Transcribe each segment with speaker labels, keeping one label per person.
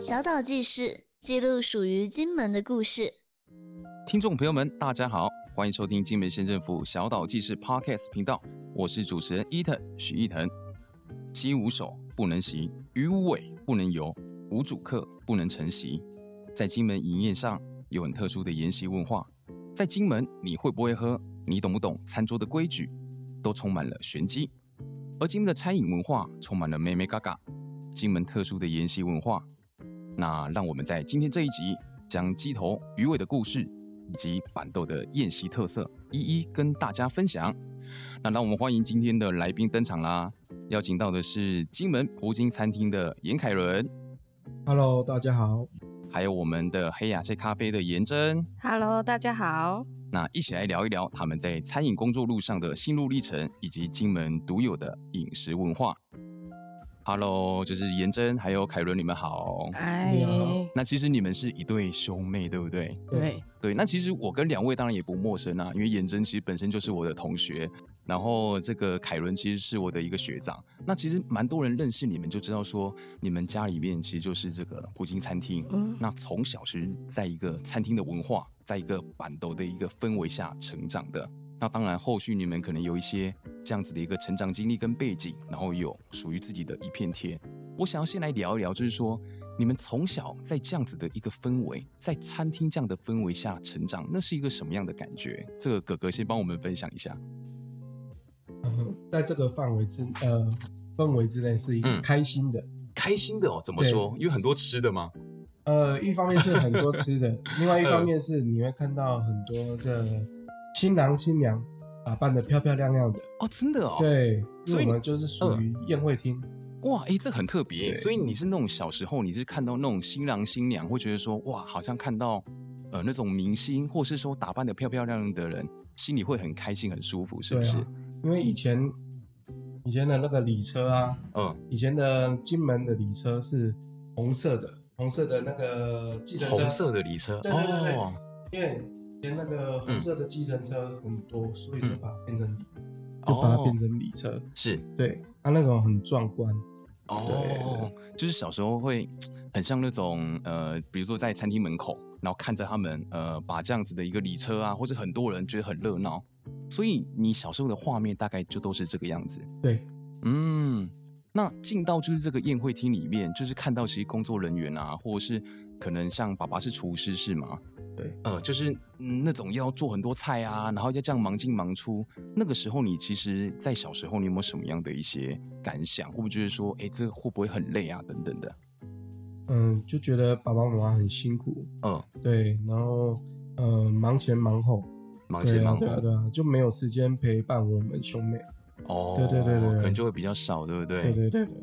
Speaker 1: 小岛纪事记录属于金门的故事。
Speaker 2: 听众朋友们，大家好，欢迎收听金门县政府小岛纪事 Podcast 频道，我是主持人伊藤许伊藤。鸡无首不能席，鱼无尾不能游，无主客不能成席。在金门饮宴上有很特殊的宴席文化，在金门你会不会喝，你懂不懂餐桌的规矩，都充满了玄机。而金门的餐饮文化充满了妹妹嘎嘎，金门特殊的宴席文化那让我们在今天这一集，将鸡头、鱼尾的故事，以及板豆的宴席特色，一一跟大家分享。那让我们欢迎今天的来宾登场啦！邀请到的是金门葡京餐厅的严凯伦，
Speaker 3: Hello，大家好。
Speaker 2: 还有我们的黑雅翠咖啡的颜真。
Speaker 4: Hello，大家好。
Speaker 2: 那一起来聊一聊他们在餐饮工作路上的心路历程，以及金门独有的饮食文化。Hello，就是颜真还有凯伦，你们好。
Speaker 4: 哎
Speaker 3: 你好
Speaker 2: 那其实你们是一对兄妹，对不对？
Speaker 4: 对，
Speaker 2: 对，那其实我跟两位当然也不陌生啊，因为颜真其实本身就是我的同学，然后这个凯伦其实是我的一个学长。那其实蛮多人认识你们，就知道说你们家里面其实就是这个葡京餐厅。
Speaker 4: 嗯，
Speaker 2: 那从小是在一个餐厅的文化，在一个板斗的一个氛围下成长的。那当然，后续你们可能有一些这样子的一个成长经历跟背景，然后有属于自己的一片天。我想要先来聊一聊，就是说你们从小在这样子的一个氛围，在餐厅这样的氛围下成长，那是一个什么样的感觉？这个哥哥先帮我们分享一下。
Speaker 3: 呃，在这个范围之呃氛围之内是一
Speaker 2: 嗯
Speaker 3: 个开心的，
Speaker 2: 开心的哦，怎么
Speaker 3: 对
Speaker 2: 说？因为很多吃的嘛。
Speaker 3: 呃，一方面是很多 吃的，另外一方面是你会看到很多的新郎新娘打扮的漂漂亮亮的，
Speaker 2: 哦，真的哦。。
Speaker 3: 对，因
Speaker 2: 所以
Speaker 3: 为
Speaker 2: 你嗯
Speaker 3: 我们就是属于宴会厅，
Speaker 2: 哇，哎、这很特别耶。
Speaker 3: 对
Speaker 2: 所以你是那种小时候，你是看到那种新郎新娘，会觉得说，哇，好像看到呃那种明星，或是说打扮的漂漂亮亮的人，心里会很开心、很舒服，是不
Speaker 3: 对
Speaker 2: 是？
Speaker 3: 啊因为以前以前的那个礼车啊，
Speaker 2: 嗯，
Speaker 3: 以前的金门的礼车是红色的，红色的那个计程车，
Speaker 2: 红色的礼车，
Speaker 3: 啊对对对对
Speaker 2: 哦，
Speaker 3: 因为以前那个红色的计程车很多，所以就把它变成礼，
Speaker 2: 嗯
Speaker 3: 就把它
Speaker 2: 哦
Speaker 3: 变成礼车。
Speaker 2: 是
Speaker 3: 对，它、那种很壮观，
Speaker 2: 哦，就是小时候会很像那种呃，比如说在餐厅门口，然后看着他们呃把这样子的一个礼车啊，或者很多人觉得很热闹，所以你小时候的画面大概就都是这个样子。
Speaker 3: 对，
Speaker 2: 嗯，那进到就是这个宴会厅里面，就是看到其实工作人员啊，或者是可能像爸爸是厨师是吗？
Speaker 3: 对，
Speaker 2: 呃，就是、嗯那种要做很多菜啊，然后要这样忙进忙出。那个时候，你其实，在小时候，你有没有什么样的一些感想？会不会觉得说，哎、这会不会很累啊？等等的。
Speaker 3: 嗯，就觉得爸爸妈妈很辛苦，
Speaker 2: 嗯，
Speaker 3: 对，然后呃忙前忙后，
Speaker 2: 忙
Speaker 3: 对
Speaker 2: 前
Speaker 3: 啊
Speaker 2: 忙
Speaker 3: 对啊
Speaker 2: 后，
Speaker 3: 对啊，就没有时间陪伴我们兄妹，
Speaker 2: 哦，
Speaker 3: 对对对对对
Speaker 2: 可能就会比较少，对不对？
Speaker 3: 对对对对，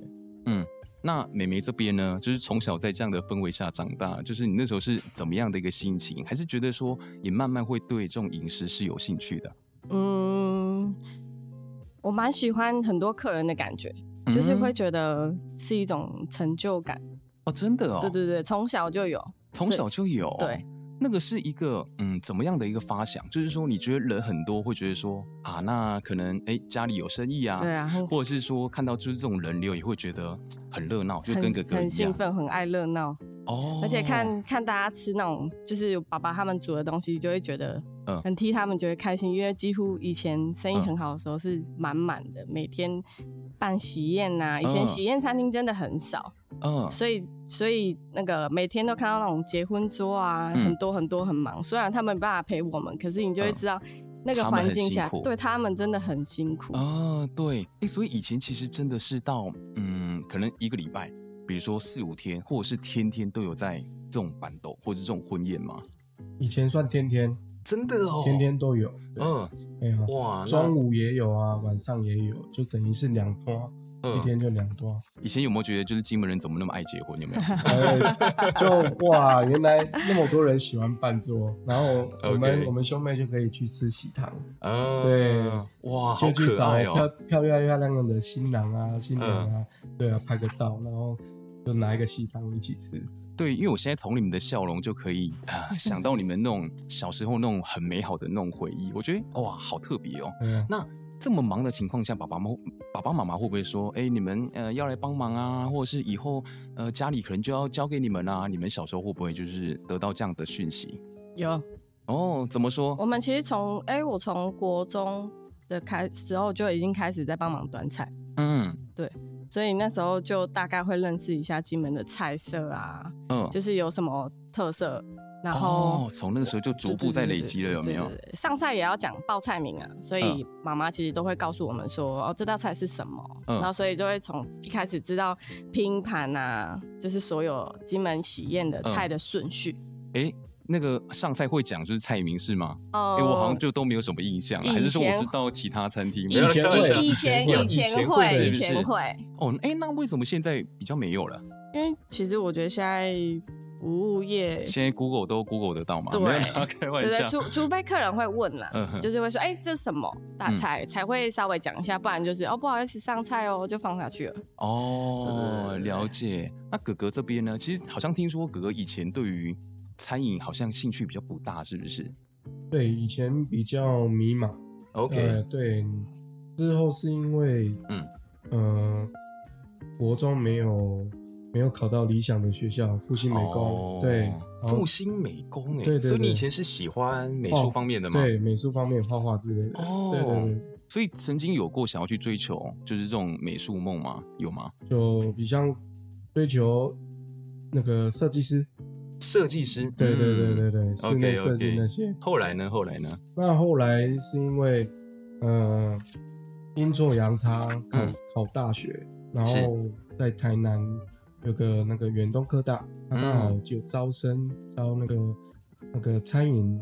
Speaker 2: 那美眉这边呢，就是从小在这样的氛围下长大，就是你那时候是怎么样的一个心情？还是觉得说也慢慢会对这种饮食是有兴趣的？
Speaker 4: 嗯，我蛮喜欢很多客人的感觉，就是会
Speaker 2: 嗯
Speaker 4: 觉得是一种成就感。
Speaker 2: 哦，真的哦，
Speaker 4: 对，对对，从小就有。
Speaker 2: 从小就有。
Speaker 4: 对，
Speaker 2: 那个是一个嗯怎么样的一个发想？就是说你觉得人很多会觉得说啊，那可能哎家里有生意啊，
Speaker 4: 对啊，很
Speaker 2: 或者是说看到就是这种人流也会觉得很热闹，就跟哥
Speaker 4: 很
Speaker 2: 哥一
Speaker 4: 很兴
Speaker 2: 样
Speaker 4: 奋，很爱热闹，
Speaker 2: 哦，
Speaker 4: 而且看看大家吃那种就是爸爸他们煮的东西，就会觉得
Speaker 2: 嗯
Speaker 4: 很替他们觉得开心，因为几乎以前生意
Speaker 2: 嗯
Speaker 4: 很好的时候是满满的，每天办喜宴呐、以
Speaker 2: 嗯
Speaker 4: 前喜宴餐厅真的很少。
Speaker 2: 嗯
Speaker 4: 所以所以那个每天都看到那种结婚桌啊，
Speaker 2: 嗯
Speaker 4: 很多很多很忙。虽然他们没办法陪我们，可是你就会
Speaker 2: 嗯
Speaker 4: 知道那个
Speaker 2: 他们
Speaker 4: 环
Speaker 2: 很
Speaker 4: 境
Speaker 2: 辛
Speaker 4: 下，
Speaker 2: 苦
Speaker 4: 对他们真的很辛苦。
Speaker 2: 啊，对，哎，所以以前其实真的是到嗯，可能一个礼拜，比如说四五天，或者是天天都有在这种板斗或者这种婚宴嘛，
Speaker 3: 以前算天天
Speaker 2: 真的哦
Speaker 3: 天天都有，对
Speaker 2: 嗯，
Speaker 3: 没有啊。
Speaker 2: 哇，
Speaker 3: 中
Speaker 2: 那
Speaker 3: 午也有啊，晚上也有，就等于是两桌，一
Speaker 2: 嗯，
Speaker 3: 天就两桌。
Speaker 2: 以前有没有觉得就是金门人怎么那么爱结婚？有 没有？
Speaker 3: 哎，就哇，原来那么多人喜欢办桌，然后我们
Speaker 2: OK
Speaker 3: 我们兄妹就可以去吃喜糖，
Speaker 2: 嗯，
Speaker 3: 对
Speaker 2: 哇，好
Speaker 3: 就去
Speaker 2: 可
Speaker 3: 找
Speaker 2: 爱
Speaker 3: 漂
Speaker 2: 哦，嗯
Speaker 3: 漂亮漂亮的新郎啊、新娘啊，对啊，拍个照，然后就拿一个喜糖一起吃。
Speaker 2: 对，因为我现在从你们的笑容就可以啊想到你们那种小时候那种很美好的那种回忆，我觉得哇，好特别哦。
Speaker 3: 嗯，
Speaker 2: 那这么忙的情况下，爸爸妈爸爸妈妈会不会说，哎，你们呃要来帮忙啊，或者是以后呃家里可能就要交给你们啦、你们小时候会不会就是得到这样的讯息？
Speaker 4: 有，
Speaker 2: 哦，怎么说？
Speaker 4: 我们其实从哎、我从国中的开时候就已经开始在帮忙端菜，
Speaker 2: 嗯
Speaker 4: 所以那时候就大概会认识一下金门的菜色啊，
Speaker 2: 嗯，
Speaker 4: 就是有什么特色，然后
Speaker 2: 哦，从那个时候就逐步在累积了，有没有？
Speaker 4: 对对对对对对对上菜也要讲报菜名啊，所以妈妈其实都会告诉我们说，哦，这道菜是什么，
Speaker 2: 嗯
Speaker 4: 然后所以就会从一开始知道拼盘啊，就是所有金门喜宴的
Speaker 2: 嗯
Speaker 4: 菜的顺序。
Speaker 2: 哎，那个上菜会讲就是菜名是吗？
Speaker 4: 哦
Speaker 2: 哎，我好像就都没有什么印象了，啊还是说我知道其他餐厅？
Speaker 3: 以前
Speaker 2: 没有开玩笑
Speaker 3: 会
Speaker 5: 以前
Speaker 2: 会
Speaker 5: 以前
Speaker 2: 以前会是
Speaker 5: 会，以
Speaker 2: 不是
Speaker 5: 前会，
Speaker 2: 哦，哎，那为什么现在比较没有了？
Speaker 4: 因为其实我觉得现在服务业，
Speaker 2: 现在 Google 都 Google 得到嘛？
Speaker 4: 对
Speaker 2: 没有啦， 开玩
Speaker 4: 对
Speaker 2: 笑。
Speaker 4: 对，除除非客人会问啦，
Speaker 2: 嗯哼
Speaker 4: 就是会说，哎、这是什么大
Speaker 2: 嗯
Speaker 4: 菜、才会稍微讲一下，不然就是哦，不好意思上菜哦，就放下去了。
Speaker 2: 哦，
Speaker 4: 对对对对
Speaker 2: 了解。那哥哥这边呢？其实好像听说哥哥以前对于餐饮好像兴趣比较不大，是不是
Speaker 3: 对，以前比较迷茫。呃，对，之后是因为，
Speaker 2: 嗯，
Speaker 3: 呃，国中没有没有考到理想的学校，复兴美工，
Speaker 2: 哦
Speaker 3: 对，然后
Speaker 2: 复兴美工哎，
Speaker 3: 对对对哦
Speaker 2: 所以你以前是喜欢美术方面的吗？
Speaker 3: 对美术方面画画之类的，
Speaker 2: 哦，
Speaker 3: 对对对，
Speaker 2: 所以曾经有过想要去追求就是这种美术梦吗？有吗？
Speaker 3: 就比较追求那个设计师，
Speaker 2: 设计师？
Speaker 3: 对对对
Speaker 2: 嗯
Speaker 3: 对对，室内设计
Speaker 2: OK，OK
Speaker 3: 那些。
Speaker 2: 后来呢？后来呢？
Speaker 3: 那后来是因为，呃，阴错阳差考、
Speaker 2: 嗯
Speaker 3: 考大学，然
Speaker 2: 是
Speaker 3: 后在台南有个那个远东科大，他刚好
Speaker 2: 嗯
Speaker 3: 就招生、招那个那个餐饮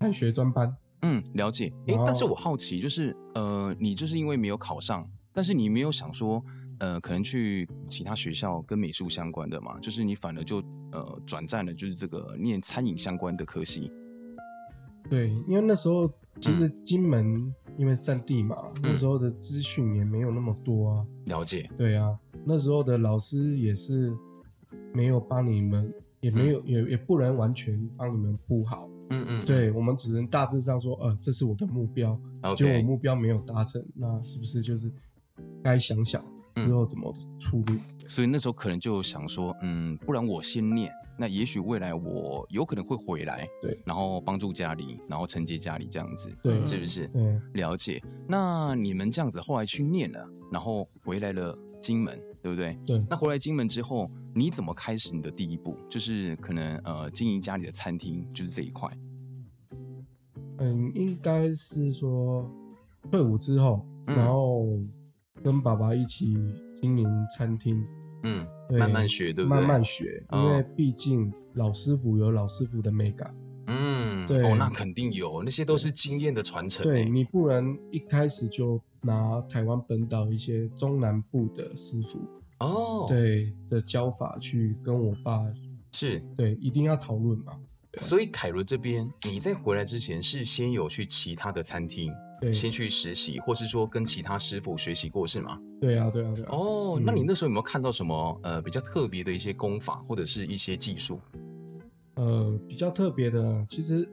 Speaker 3: 餐学专班。
Speaker 2: 嗯，了解。诶，
Speaker 3: 然
Speaker 2: 但是
Speaker 3: 后
Speaker 2: 我好奇，就是呃，你就是因为没有考上，但是你没有想说，呃，可能去其他学校跟美术相关的嘛？就是你反而就呃转战了，就是这个念餐饮相关的科系。
Speaker 3: 对，因为那时候其
Speaker 2: 嗯
Speaker 3: 实金门因为占地嘛，那时候的资讯也没有那么多啊。
Speaker 2: 了解，
Speaker 3: 对啊，那时候的老师也是没有帮你们，也没有、也也不能完全帮你们铺好。
Speaker 2: 嗯嗯，
Speaker 3: 对，我们只能大致上说，呃，这是我的目标，就我
Speaker 2: ，OK，
Speaker 3: 目标没有达成，那是不是就是该想想
Speaker 2: 嗯
Speaker 3: 之后怎么出路？
Speaker 2: 所以那时候可能就想说，嗯，不然我先念，那也许未来我有可能会回来，
Speaker 3: 对，
Speaker 2: 然后帮助家里，然后承接家里这样子，
Speaker 3: 对
Speaker 2: 是不是？
Speaker 3: 对，
Speaker 2: 了解。那你们这样子后来去念了，然后回来了金门，对不对？
Speaker 3: 对
Speaker 2: 那回来金门之后，你怎么开始你的第一步？就是可能呃经营家里的餐厅，就是这一块。
Speaker 3: 嗯，应该是说退伍之后，
Speaker 2: 嗯
Speaker 3: 然后跟爸爸一起经营餐厅，
Speaker 2: 嗯，
Speaker 3: 对
Speaker 2: 慢慢学，对不对？
Speaker 3: 慢慢。学，
Speaker 2: 哦
Speaker 3: 因为毕竟老师傅有老师傅的美感，
Speaker 2: 嗯，
Speaker 3: 对
Speaker 2: 哦，那肯定有，那些都是经验的传承。欸
Speaker 3: 对，你不能一开始就拿台湾本岛一些中南部的师傅
Speaker 2: 哦，，
Speaker 3: 对的教法去跟我爸。
Speaker 2: 是。
Speaker 3: 对，一定要讨论嘛。
Speaker 2: 所以凯伦这边，你在回来之前是先有去其他的餐厅，
Speaker 3: 对，
Speaker 2: 先去实习，或是说跟其他师傅学习过，是吗？
Speaker 3: 对啊，对啊，对啊。
Speaker 2: 哦，那你
Speaker 3: 嗯
Speaker 2: 那时候有没有看到什么呃比较特别的一些功法或者是一些技术？
Speaker 3: 呃，比较特别的，其实，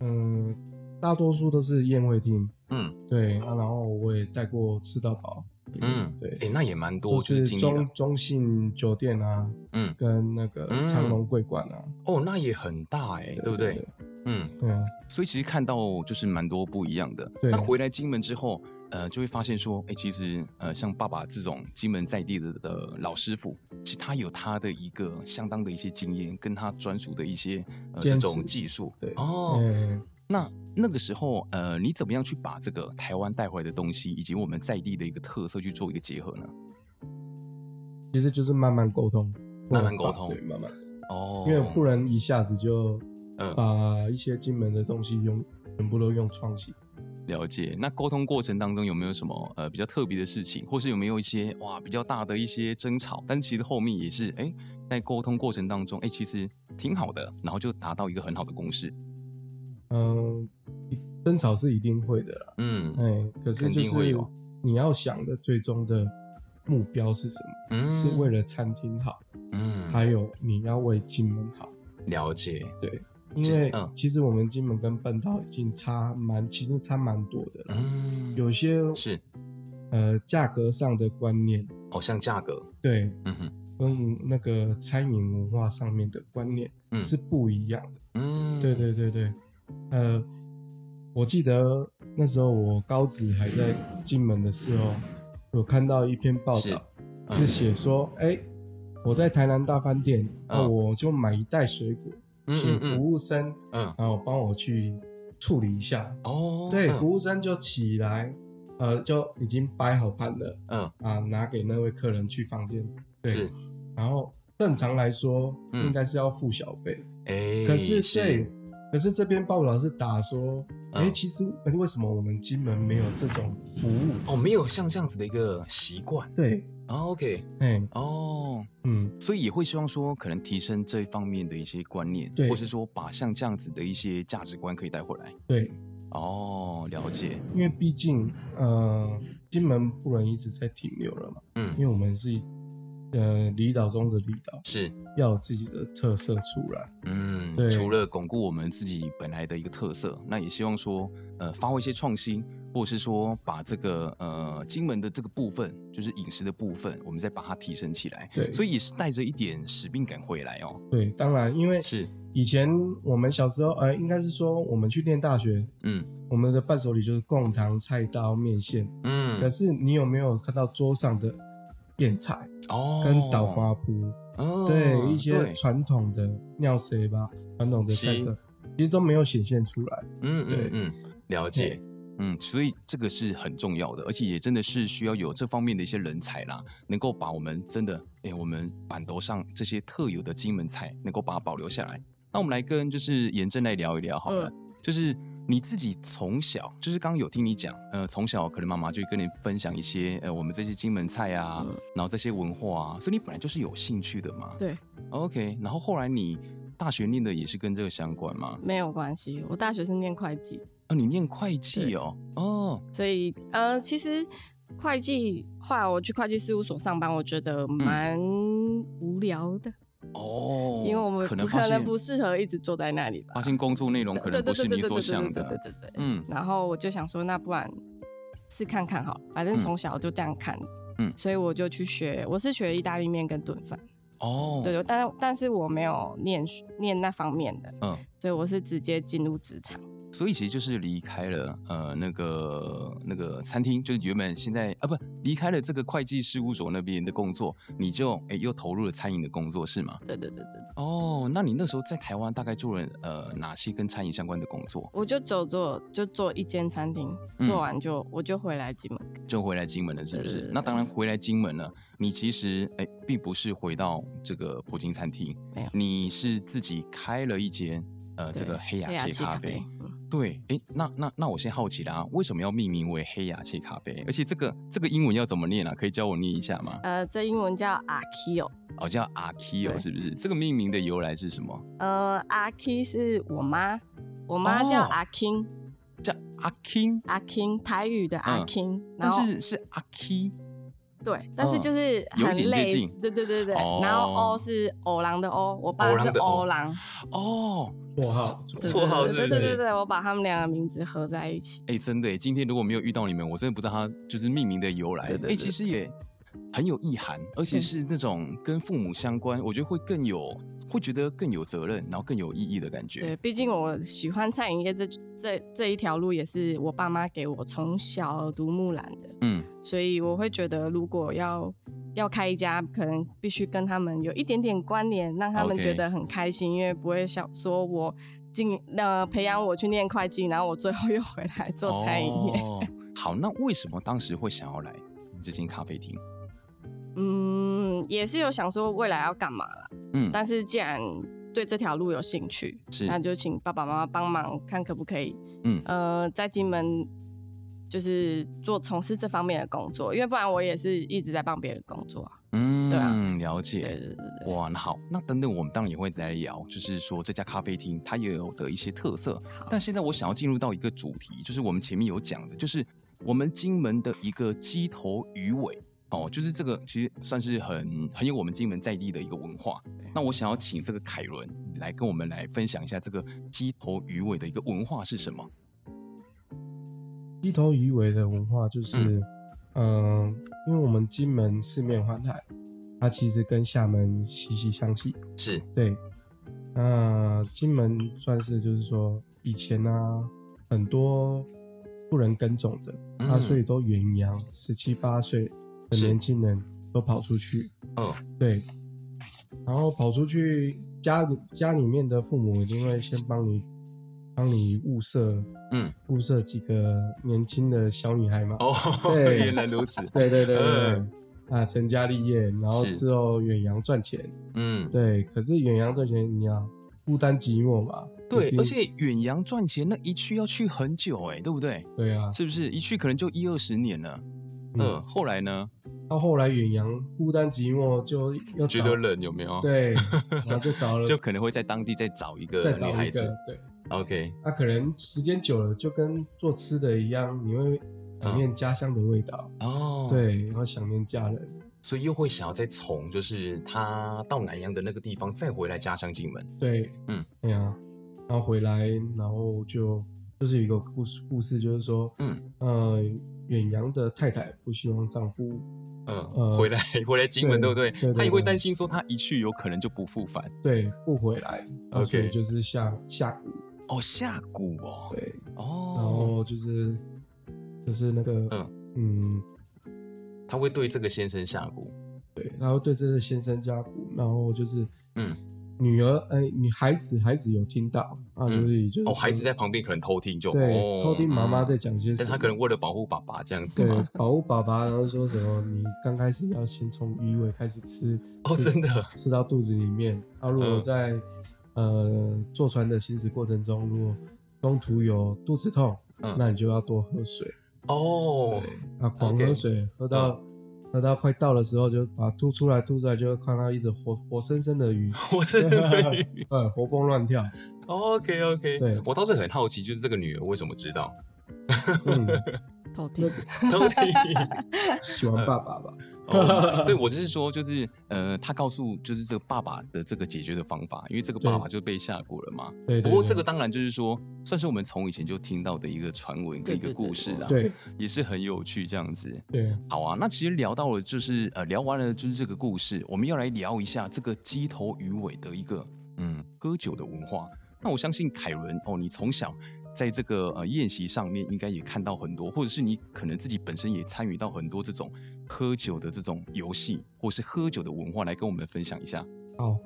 Speaker 3: 嗯、大多数都是宴会厅，
Speaker 2: 嗯
Speaker 3: 对啊，然后我也带过吃到饱，
Speaker 2: 嗯，
Speaker 3: 对
Speaker 2: 诶那也蛮多，
Speaker 3: 就
Speaker 2: 就是
Speaker 3: 是
Speaker 2: 经历
Speaker 3: 中
Speaker 2: 的，
Speaker 3: 中信酒店啊，
Speaker 2: 嗯，
Speaker 3: 跟那个
Speaker 2: 嗯
Speaker 3: 长隆桂馆啊，
Speaker 2: 哦，那也很大哎、对不对？
Speaker 3: 对
Speaker 2: 嗯，
Speaker 3: 对啊，
Speaker 2: 所以其实看到就是蛮多不一样的。
Speaker 3: 对
Speaker 2: 那回来金门之后，呃，就会发现说，哎、其实呃，像爸爸这种金门在地的的老师傅，其实他有他的一个相当的一些经验，跟他专属的一些呃这
Speaker 3: 坚持
Speaker 2: 种技术。
Speaker 3: 对
Speaker 2: 哦，
Speaker 3: 嗯
Speaker 2: 那那个时候，呃，你怎么样去把这个台湾带回来的东西，以及我们在地的一个特色去做一个结合呢？
Speaker 3: 其实就是慢慢沟通，
Speaker 2: 慢慢沟通
Speaker 3: 对，慢慢，
Speaker 2: 哦
Speaker 3: 因为不能一下子就
Speaker 2: 嗯
Speaker 3: 把一些金门的东西用全部都用创新。
Speaker 2: 了解。那沟通过程当中有没有什么呃比较特别的事情，或是有没有一些哇比较大的一些争吵？但其实后面也是哎、诶在沟通过程当中，哎、其实挺好的，然后就达到一个很好的共识。
Speaker 3: 嗯，争吵是一定会的啦，
Speaker 2: 嗯
Speaker 3: 哎、可是
Speaker 2: 肯
Speaker 3: 就
Speaker 2: 定会
Speaker 3: 是
Speaker 2: 有
Speaker 3: 你要想的最终的目标是什么？
Speaker 2: 嗯
Speaker 3: 是为了餐厅好，
Speaker 2: 嗯
Speaker 3: 还有你要为金门好。
Speaker 2: 了解。
Speaker 3: 对，因为
Speaker 2: 嗯
Speaker 3: 其实我们金门跟笨岛已经差蛮，其实差蛮多的了。
Speaker 2: 嗯，
Speaker 3: 有些
Speaker 2: 是
Speaker 3: 呃价格上的观念，
Speaker 2: 好像价格，
Speaker 3: 对，
Speaker 2: 嗯哼，
Speaker 3: 跟那个餐饮文化上面的观念
Speaker 2: 嗯
Speaker 3: 是不一样的。
Speaker 2: 嗯，
Speaker 3: 对，对对对，呃，我记得那时候我高职还在金门的时候，有看到一篇报
Speaker 2: 是嗯
Speaker 3: 道，是写说，哎、我在台南大饭店，那、
Speaker 2: 嗯
Speaker 3: 我就买一袋水果，
Speaker 2: 嗯
Speaker 3: 请
Speaker 2: 嗯
Speaker 3: 服务生，
Speaker 2: 嗯，
Speaker 3: 然后帮我去处理一下。
Speaker 2: 哦，
Speaker 3: 对，
Speaker 2: 嗯
Speaker 3: 服务生就起来，呃，就已经摆好盘了
Speaker 2: 嗯，
Speaker 3: 啊，拿给那位客人去房间。对
Speaker 2: 是，，
Speaker 3: 然后正常来说
Speaker 2: 嗯
Speaker 3: 应该是要付小费，
Speaker 2: 哎，
Speaker 3: 可是对，可是这边报道是打说，哎、
Speaker 2: 嗯
Speaker 3: 其实、诶为什么我们金门没有这种服务？
Speaker 2: 哦，没有像这样子的一个习惯
Speaker 3: 对，
Speaker 2: 哦，OK，
Speaker 3: 哎、
Speaker 2: 哦，
Speaker 3: 嗯，
Speaker 2: 所以也会希望说，可能提升这一方面的一些观念，
Speaker 3: 对
Speaker 2: 或是说把像这样子的一些价值观可以带回来。
Speaker 3: 对，
Speaker 2: 哦，了解，
Speaker 3: 因为毕竟呃，金门不能一直在停留了嘛，因
Speaker 2: 嗯，
Speaker 3: 为我们是呃离岛中的离岛，
Speaker 2: 是，
Speaker 3: 要有自己的特色出来。
Speaker 2: 嗯，
Speaker 3: 对
Speaker 2: 除了巩固我们自己本来的一个特色，那也希望说，呃，发挥一些创新，或者是说把这个呃金门的这个部分，就是饮食的部分，我们再把它提升起来。
Speaker 3: 对
Speaker 2: 所以也是带着一点使命感回来哦。
Speaker 3: 对，当然，因为
Speaker 2: 是，
Speaker 3: 以前我们小时候，呃，应该是说我们去念大学，
Speaker 2: 嗯
Speaker 3: 我们的伴手礼就是贡糖、菜刀、面线。可
Speaker 2: 嗯，
Speaker 3: 是你有没有看到桌上的砚菜
Speaker 2: 哦，
Speaker 3: 跟倒花铺？
Speaker 2: 哦，
Speaker 3: 对，一些
Speaker 2: 对
Speaker 3: 传统的尿色吧，传统的菜色，其实都没有显现出来。
Speaker 2: 嗯嗯
Speaker 3: 对
Speaker 2: 嗯，了解。嗯，所以这个是很重要的，而且也真的是需要有这方面的一些人才啦，能够把我们真的，哎、我们板头上这些特有的金门菜，能够把它保留下来。那我们来跟就是严正来聊一聊好
Speaker 4: 嗯
Speaker 2: 了，就是你自己从小，就是刚刚有听你讲，呃，从小可能妈妈就会跟你分享一些，呃，我们这些金门菜啊，
Speaker 4: 嗯
Speaker 2: 然后这些文化啊，所以你本来就是有兴趣的嘛。
Speaker 4: 对
Speaker 2: ，OK，然后后来你大学念的也是跟这个相关吗？
Speaker 4: 没有关系，我大学是念会计，
Speaker 2: 哦，你念会计哦，哦，
Speaker 4: 所以呃，其实会计后来我去会计事务所上班，我觉得
Speaker 2: 嗯
Speaker 4: 蛮无聊的，
Speaker 2: 哦，
Speaker 4: 因为我们
Speaker 2: 可
Speaker 4: 不
Speaker 2: 能发
Speaker 4: 可能
Speaker 2: 现
Speaker 4: 不适合一直坐在那里吧
Speaker 2: 发。现工作内容可能不是你所想的，
Speaker 4: 对对对对对对对对对。
Speaker 2: 嗯
Speaker 4: 然后我就想说，那不然试看看好了，反正从小就这样看。
Speaker 2: 嗯
Speaker 4: 所以我就去学，我是学意大利面跟炖饭，
Speaker 2: 哦，
Speaker 4: 对，但但是我没有念念那方面的，
Speaker 2: 嗯，
Speaker 4: 所以我是直接进入职场。
Speaker 2: 所以其实就是离开了呃那个那个餐厅，就是原本现在啊不离开了这个会计事务所那边的工作，你就哎又投入了餐饮的工作是吗？
Speaker 4: 对对对对对，
Speaker 2: 哦，那你那时候在台湾大概做了呃哪些跟餐饮相关的工作？
Speaker 4: 我就走做就做一间餐厅，
Speaker 2: 嗯
Speaker 4: 做完就、我就回来金门。
Speaker 2: 就回来金门了，是不
Speaker 4: 对对
Speaker 2: 是
Speaker 4: 对？
Speaker 2: 那当然回来金门了，你其实哎，并不是回到这个葡京餐厅
Speaker 4: 没有，
Speaker 2: 你是自己开了一间呃这
Speaker 4: 对
Speaker 2: 个黑
Speaker 4: 黑
Speaker 2: 雅
Speaker 4: 雅
Speaker 2: 切
Speaker 4: 奇
Speaker 2: 咖
Speaker 4: 咖
Speaker 2: 啡
Speaker 4: 啡。，嗯
Speaker 2: 对，哎，那那那我先好奇啦，为什么要命名为黑雅切咖啡？而且这个这个英文要怎么念啊？可以教我念一下吗？
Speaker 4: 呃，这英文叫 Akio，
Speaker 2: 哦，叫阿 k 哦，
Speaker 4: 对
Speaker 2: 是不是？这个命名的由来是什么？
Speaker 4: 呃，Aki 是我妈，我妈叫
Speaker 2: 哦
Speaker 4: 阿 King，、
Speaker 2: 叫阿 King，
Speaker 4: 阿 King 台语的阿
Speaker 2: 嗯
Speaker 4: King，、然
Speaker 2: 但
Speaker 4: 后
Speaker 2: 是是阿 k
Speaker 4: 对，但是就是
Speaker 2: 有
Speaker 4: 很
Speaker 2: 点接
Speaker 4: 类
Speaker 2: 近
Speaker 4: 似，对对对对。
Speaker 2: 哦
Speaker 4: 然后 O 是欧郎的欧，我
Speaker 2: 欧
Speaker 4: 爸
Speaker 2: 郎
Speaker 4: 是
Speaker 2: 的欧
Speaker 4: 欧郎，
Speaker 2: 哦，
Speaker 3: 绰号，
Speaker 4: 对
Speaker 2: 绰号是不是
Speaker 4: 对对对对对对，我把他们两个名字合在一起。
Speaker 2: 哎、真的耶，今天如果没有遇到你们，我真的不知道它就是命名的由来。
Speaker 4: 对
Speaker 2: 哎、
Speaker 4: 对对
Speaker 2: 其实也很有意涵，而且
Speaker 4: 对
Speaker 2: 是那种跟父母相关，我觉得会更有，会觉得更有责任，然后更有意义的感
Speaker 4: 对，
Speaker 2: 觉。
Speaker 4: 毕竟我喜欢餐饮业这这这一条路，也是我爸妈给我从小耳濡目染的，
Speaker 2: 嗯，
Speaker 4: 所以我会觉得，如果要要开一家，可能必须跟他们有一点点关联，让他们
Speaker 2: OK
Speaker 4: 觉得很开心因为不会想说我进呃培养我去念会计，然后我最后又回来做餐饮业。
Speaker 2: 哦。好，那为什么当时会想要来这间咖啡厅？
Speaker 4: 嗯，也是有想说未来要干嘛啦，
Speaker 2: 嗯，
Speaker 4: 但是既然对这条路有兴趣，
Speaker 2: 是
Speaker 4: 那就请爸爸妈妈帮忙看可不可以，
Speaker 2: 嗯
Speaker 4: 呃，在金门就是做从事这方面的工作，因为不然我也是一直在帮别人工作啊。
Speaker 2: 嗯，
Speaker 4: 对啊
Speaker 2: 了解。
Speaker 4: 对对对对对，
Speaker 2: 哇，那好，那等等，我们当然也会再来聊，就是说这家咖啡厅它也有的一些特色。但现在我想要进入到一个主题，就是我们前面有讲的，就是我们金门的一个鸡头鱼尾，哦，就是这个其实算是很很有我们金门在地的一个文化。那我想要请这个凯伦来跟我们来分享一下这个鸡头鱼尾的一个文化是什么？
Speaker 3: 鸡头鱼尾的文化就是，嗯、因为我们金门四面环海，它其实跟厦门息息相系。
Speaker 2: 是
Speaker 3: 对，那金门算是就是说以前啊，很多不能耕种的，那、
Speaker 2: 嗯
Speaker 3: 所以都远洋，十七八岁的
Speaker 2: 是
Speaker 3: 年轻人都跑出去。
Speaker 2: 嗯，
Speaker 3: 对，然后跑出去，家里家里面的父母一定会先帮你帮你物色，
Speaker 2: 嗯，
Speaker 3: 物色几个年轻的小女孩嘛。
Speaker 2: 哦，
Speaker 3: 对
Speaker 2: 原来如此，
Speaker 3: 对对对对对。
Speaker 2: 嗯
Speaker 3: 啊，成家立业，然后
Speaker 2: 是
Speaker 3: 之后远洋赚钱，
Speaker 2: 嗯，
Speaker 3: 对，可是远洋赚钱，你要孤单寂寞嘛？一
Speaker 2: 对，
Speaker 3: 定
Speaker 2: 而且远洋赚钱那一去要去很久哎、对不对？
Speaker 3: 对啊，
Speaker 2: 是不是一去可能就一二十年了？嗯，
Speaker 3: 嗯，
Speaker 2: 后来呢？
Speaker 3: 到后来远洋孤单寂寞就又
Speaker 2: 觉
Speaker 3: 找
Speaker 2: 得冷有没有？，
Speaker 3: 对，然后就找了，
Speaker 2: 就可能会在当地再找一个
Speaker 3: 再
Speaker 2: 女
Speaker 3: 找
Speaker 2: 孩
Speaker 3: 一个
Speaker 2: 子。，
Speaker 3: 对，
Speaker 2: OK，
Speaker 3: 那、可能时间久了，就跟做吃的一样，你会想念家乡的味道，
Speaker 2: 嗯哦，，
Speaker 3: 对，然后想念家人，
Speaker 2: 所以又会想要再从就是他到南洋的那个地方再回来家乡进门。
Speaker 3: 对，
Speaker 2: 嗯，
Speaker 3: 对啊，然后回来，然后就就是有一个故事，故事就是说，
Speaker 2: 嗯
Speaker 3: 呃，远洋的太太不希望丈夫
Speaker 2: 嗯，
Speaker 3: 呃
Speaker 2: 回来回来金门，对
Speaker 3: 对
Speaker 2: 不对
Speaker 3: 对？对
Speaker 2: 他也会
Speaker 3: 对
Speaker 2: 担心说他一去有可能就不复返。
Speaker 3: 对不回来，然后所
Speaker 2: OK
Speaker 3: 以就是下下蛊，
Speaker 2: 哦，下蛊哦，
Speaker 3: 对，然
Speaker 2: 哦，
Speaker 3: 后就是就是那个嗯
Speaker 2: 他会对这个先生下蛊。
Speaker 3: 对，然后对这个先生加古，然后就是
Speaker 2: 嗯，
Speaker 3: 女儿哎、女孩子孩子有听到啊，
Speaker 2: 嗯
Speaker 3: 就是就是
Speaker 2: 哦，孩子
Speaker 3: 说
Speaker 2: 在旁边可能偷听就
Speaker 3: 对偷听妈妈在，
Speaker 2: 哦
Speaker 3: 讲些
Speaker 2: 嗯
Speaker 3: 什
Speaker 2: 但
Speaker 3: 么，
Speaker 2: 他可能为了保护爸爸这样子
Speaker 3: 对
Speaker 2: 嘛。
Speaker 3: 保护爸爸，然后说什么你刚开始要先从鱼尾开始吃
Speaker 2: 哦，
Speaker 3: 吃
Speaker 2: 真的，
Speaker 3: 吃到肚子里面，啊，如果
Speaker 2: 嗯
Speaker 3: 在、呃坐船的行驶过程中，如果中途有肚子痛，
Speaker 2: 嗯
Speaker 3: 那你就要多喝水。
Speaker 2: 哦，
Speaker 3: 啊，狂
Speaker 2: OK
Speaker 3: 喝
Speaker 2: 嗯
Speaker 3: 水，喝到、喝到快到的时候就把它吐出来，吐出来就会看到一只活活生生 的鱼，
Speaker 2: 我真的 对。
Speaker 3: 呃，活蹦乱 跳。
Speaker 2: OK OK，
Speaker 3: 对
Speaker 2: 我倒是很好奇，就是这个女儿为什么知 道
Speaker 3: 嗯，
Speaker 4: 偷听，
Speaker 2: 偷听？
Speaker 3: 喜欢爸爸吧？
Speaker 2: 哦对我就是说，就是呃，她告诉就是这个爸爸的这个解决的方法，因为这个爸爸就被下蛊了嘛。
Speaker 3: 对对
Speaker 2: 不
Speaker 3: 对。
Speaker 2: 过这个当然就是说，算是我们从以前就听到的一个传闻跟
Speaker 4: 对
Speaker 2: 一个
Speaker 4: 对对
Speaker 2: 故事啊，
Speaker 3: 对
Speaker 2: 也是很有趣这样子。
Speaker 3: 对
Speaker 2: 好啊，那其实聊到了就是呃，聊完了就是这个故事，我们要来聊一下这个鸡头鱼尾的一个嗯喝酒的文化。那我相信凯伦哦，你从小在这个呃宴席上面应该也看到很多，或者是你可能自己本身也参与到很多这种喝酒的这种游戏，或是喝酒的文化，来跟我们分享一下。
Speaker 3: 好。哦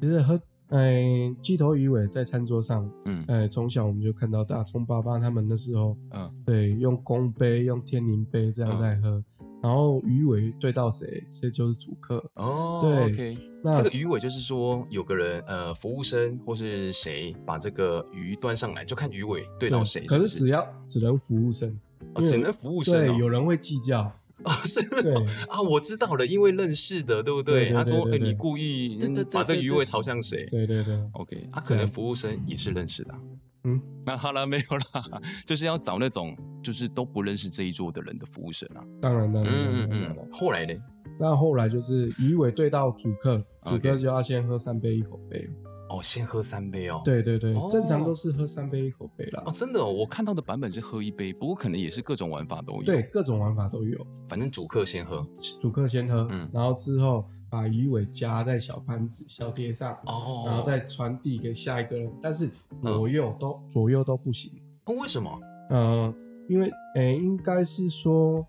Speaker 3: 其实喝，哎，鸡头鱼尾在餐桌上，
Speaker 2: 嗯
Speaker 3: 哎，从小我们就看到大葱爸爸他们那时候，
Speaker 2: 嗯
Speaker 3: 对，用公杯、用天宁杯这样
Speaker 2: 嗯
Speaker 3: 在喝，然后鱼尾对到谁，谁就是主客。
Speaker 2: 哦
Speaker 3: 对
Speaker 2: ，OK，
Speaker 3: 那
Speaker 2: 这个鱼尾就是说有个人呃服务生或是谁把这个鱼端上来，就看鱼尾对到谁。
Speaker 3: 可
Speaker 2: 是
Speaker 3: 是
Speaker 2: 不
Speaker 3: 只要只能服务生，
Speaker 2: 哦只能服务生、哦，
Speaker 3: 对，有人会 计较。
Speaker 2: 哦，是
Speaker 3: 对
Speaker 2: 啊，我知道了，因为认识的，对不
Speaker 3: 对对
Speaker 2: 他说，哎、
Speaker 3: 对对
Speaker 2: 你
Speaker 3: 对
Speaker 2: 故意
Speaker 4: 对对对
Speaker 2: 把这个
Speaker 4: 对
Speaker 2: 鱼
Speaker 4: 对
Speaker 2: 尾朝向谁
Speaker 3: 对对对，
Speaker 2: ？OK，啊，
Speaker 3: 这
Speaker 2: 可能
Speaker 3: 样子
Speaker 2: 服务生也是认识的啊、
Speaker 3: 嗯，
Speaker 2: 那好了，没有啦，就是要找那种就是都不认识这一桌的人的服务生啊。
Speaker 3: 当然当然当
Speaker 2: 嗯
Speaker 3: 然当
Speaker 2: 嗯
Speaker 3: 然。
Speaker 2: 嗯。后来呢？
Speaker 3: 那后来就是鱼尾对到主客，主
Speaker 2: OK
Speaker 3: 客就要先喝三杯一口杯。
Speaker 2: 哦，先喝三杯哦。。
Speaker 3: 对对对
Speaker 2: 哦，
Speaker 3: 正常都是喝三杯一口杯啦
Speaker 2: 哦，。真的哦，我看到的版本是喝一杯，不过可能也是各种玩法都有。
Speaker 3: 对，，各种玩法都有。
Speaker 2: 反正主客先喝。
Speaker 3: 主客先喝
Speaker 2: 嗯，
Speaker 3: 然后之后把鱼尾夹在小盘子、小碟上，
Speaker 2: 哦。
Speaker 3: 然后再传递给下一个人，但是左右都
Speaker 2: 嗯
Speaker 3: 左右都不行。
Speaker 2: 哦为什么？
Speaker 3: 嗯，因为诶，应该是说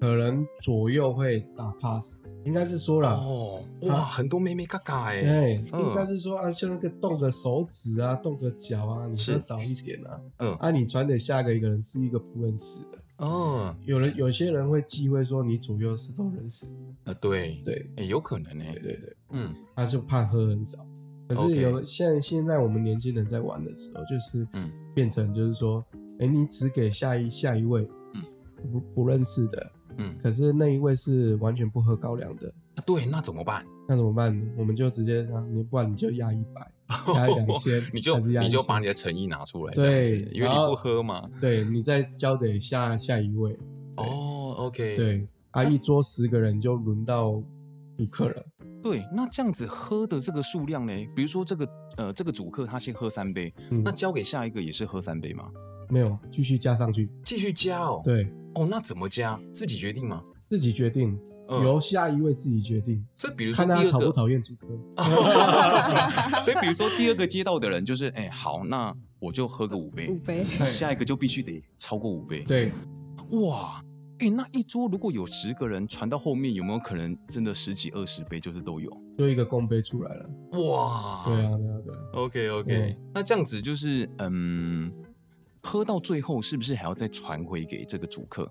Speaker 3: 可能左右会打 pass，应该是说啦。
Speaker 2: 哦，哇，
Speaker 3: 啊
Speaker 2: 很多妹妹嘎嘎哎、
Speaker 3: 对，
Speaker 2: 嗯
Speaker 3: 应该是说啊，像那个动个手指啊，动个脚啊，你
Speaker 2: 是
Speaker 3: 喝少一点啊。
Speaker 2: 嗯
Speaker 3: 啊，你传给下一个人是一个不认识的，
Speaker 2: 哦，
Speaker 3: 有人有些人会忌讳说你左右是都认识，
Speaker 2: 呃，对，
Speaker 3: 对
Speaker 2: 哎、有可能哎、
Speaker 3: 对对对，
Speaker 2: 嗯
Speaker 3: 他就怕喝很少。可
Speaker 2: OK
Speaker 3: 是有现现在我们年轻人在玩的时候，就是
Speaker 2: 嗯
Speaker 3: 变成就是说，哎、你只给下一下一位，
Speaker 2: 嗯
Speaker 3: 不不认识的，
Speaker 2: 嗯、
Speaker 3: 可是那一位是完全不喝高粱的，
Speaker 2: 啊，对，那怎么办？
Speaker 3: 那怎么办？我们就直接让你，不然你就压一
Speaker 2: ，
Speaker 3: 百，压两千
Speaker 2: 你就
Speaker 3: 还是压
Speaker 2: 你就把
Speaker 3: 1000
Speaker 2: 你的诚意拿出来，这
Speaker 3: 对
Speaker 2: 样子，因为
Speaker 3: 然
Speaker 2: 你
Speaker 3: 后
Speaker 2: 不喝嘛。
Speaker 3: 对，你再交给下下一位。
Speaker 2: 哦，OK，，
Speaker 3: 对，啊，一桌十个人就轮到五客人，
Speaker 2: 对，那这样子喝的这个数量呢？比如说这个呃，这个主客他先喝三杯，
Speaker 3: 嗯
Speaker 2: 那，交给下一个也是喝三杯吗？
Speaker 3: 没有继续加上去，
Speaker 2: 继续加哦。，
Speaker 3: 对
Speaker 2: 哦，那怎么加？自己决定吗？
Speaker 3: 自己决定，
Speaker 2: 嗯
Speaker 3: 由下一位自己决定，
Speaker 2: 所以比如说
Speaker 3: 看
Speaker 2: 第
Speaker 3: 他
Speaker 2: 二
Speaker 3: 讨不
Speaker 2: 个，
Speaker 3: 讨厌主客。
Speaker 2: 所以比如说第二个接到的人就是，哎、好，那我就喝个五杯，
Speaker 3: 嗯
Speaker 4: 五杯，
Speaker 2: 那下一个就必须得超过五杯。，
Speaker 3: 对，
Speaker 2: 哇，哎、那一桌如果有十个人，传到后面有没有可能真的十几二十杯就是都有？
Speaker 3: 就一个公杯出来了。
Speaker 2: 哇，
Speaker 3: 对啊，对啊，对啊。
Speaker 2: OK OK，、那这样子就是嗯，喝到最后是不是还要再传回给这个主客？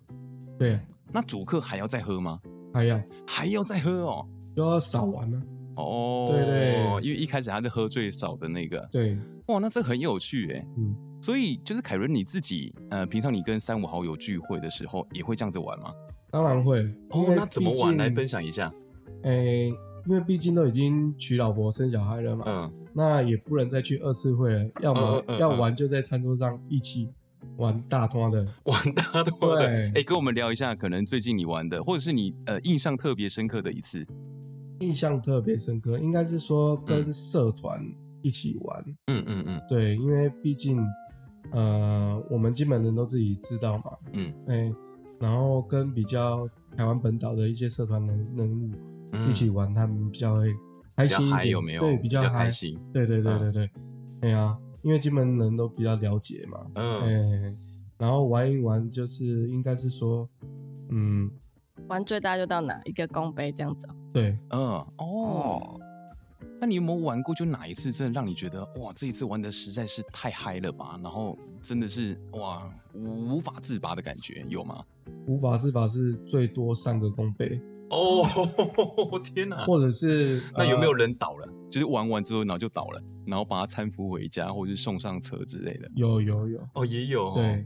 Speaker 3: 对，
Speaker 2: 那主客还要再喝吗？
Speaker 3: 还要
Speaker 2: 还要再喝哦。
Speaker 3: 就要少玩啊了、
Speaker 2: 哦，
Speaker 3: 对对
Speaker 2: 因为一开始他是喝最少的那个。
Speaker 3: 对，
Speaker 2: 哇，那这很有趣哎。
Speaker 3: 嗯，
Speaker 2: 所以就是凯伦你自己，呃，平常你跟三五好友聚会的时候也会这样子玩吗？
Speaker 3: 当然会。因
Speaker 2: 哦
Speaker 3: 为，
Speaker 2: 那怎么
Speaker 3: 毕
Speaker 2: 玩
Speaker 3: 竟
Speaker 2: 来分？享一下？
Speaker 3: 诶、因为毕竟都已经娶老婆生小孩了嘛，
Speaker 2: 嗯，
Speaker 3: 那也不能再去二次会了。要么
Speaker 2: 嗯、嗯嗯
Speaker 3: 要玩就在餐桌上一起玩大拖 的。
Speaker 2: 玩大多的。
Speaker 3: 对
Speaker 2: 哎、跟我们聊一下，可能最近你玩的，或者是你呃印象特别深刻的一次。
Speaker 3: 印象特别深刻，应该是说跟社团一起玩。
Speaker 2: 嗯嗯嗯，
Speaker 3: 对，因为毕竟呃，我们金门人都自己知道嘛，
Speaker 2: 嗯，
Speaker 3: 哎、然后跟比较台湾本岛的一些社团人人物。
Speaker 2: 嗯
Speaker 3: 一起玩，他们比较会开
Speaker 2: 比较
Speaker 3: 心一
Speaker 2: 嗨
Speaker 3: 点，
Speaker 2: 有没有？
Speaker 3: 对，比较
Speaker 2: 开
Speaker 3: 嗨，
Speaker 2: 心。
Speaker 3: 对对对
Speaker 2: 嗯
Speaker 3: 对对，对啊，因为金门人都比较了解嘛，
Speaker 2: 嗯，
Speaker 3: 嗯，然后玩一玩就是应该是说，嗯，
Speaker 4: 玩最大就到哪一个公杯这样子哦、
Speaker 3: 对，
Speaker 2: 嗯哦，那你有没有玩过？就哪一次真的让你觉得哇，这一次玩的实在是太嗨了吧？然后真的是哇，无无法自拔的感觉，有吗？
Speaker 3: 无法自拔是最多三个公杯，
Speaker 2: 哦， 天哪
Speaker 3: 或者是
Speaker 2: 那有没有？
Speaker 3: 呃
Speaker 2: 人倒了？就是玩完之后，然后就倒了，然后把他搀扶回家，或者是送上车之类的。
Speaker 3: 有有有，
Speaker 2: 哦，也有
Speaker 3: 对，，